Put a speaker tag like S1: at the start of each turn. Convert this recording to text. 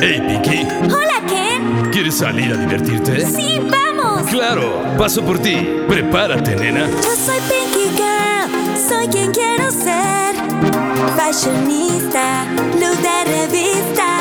S1: Hey, Vicky,
S2: Hola, Ken.
S1: ¿quieres salir a divertirte?
S2: Sí, vamos.
S1: Claro, paso por ti. Prepárate, nena.
S2: Yo soy Pinky Girl. Soy quien quiero ser. Fashionista, luz de revista.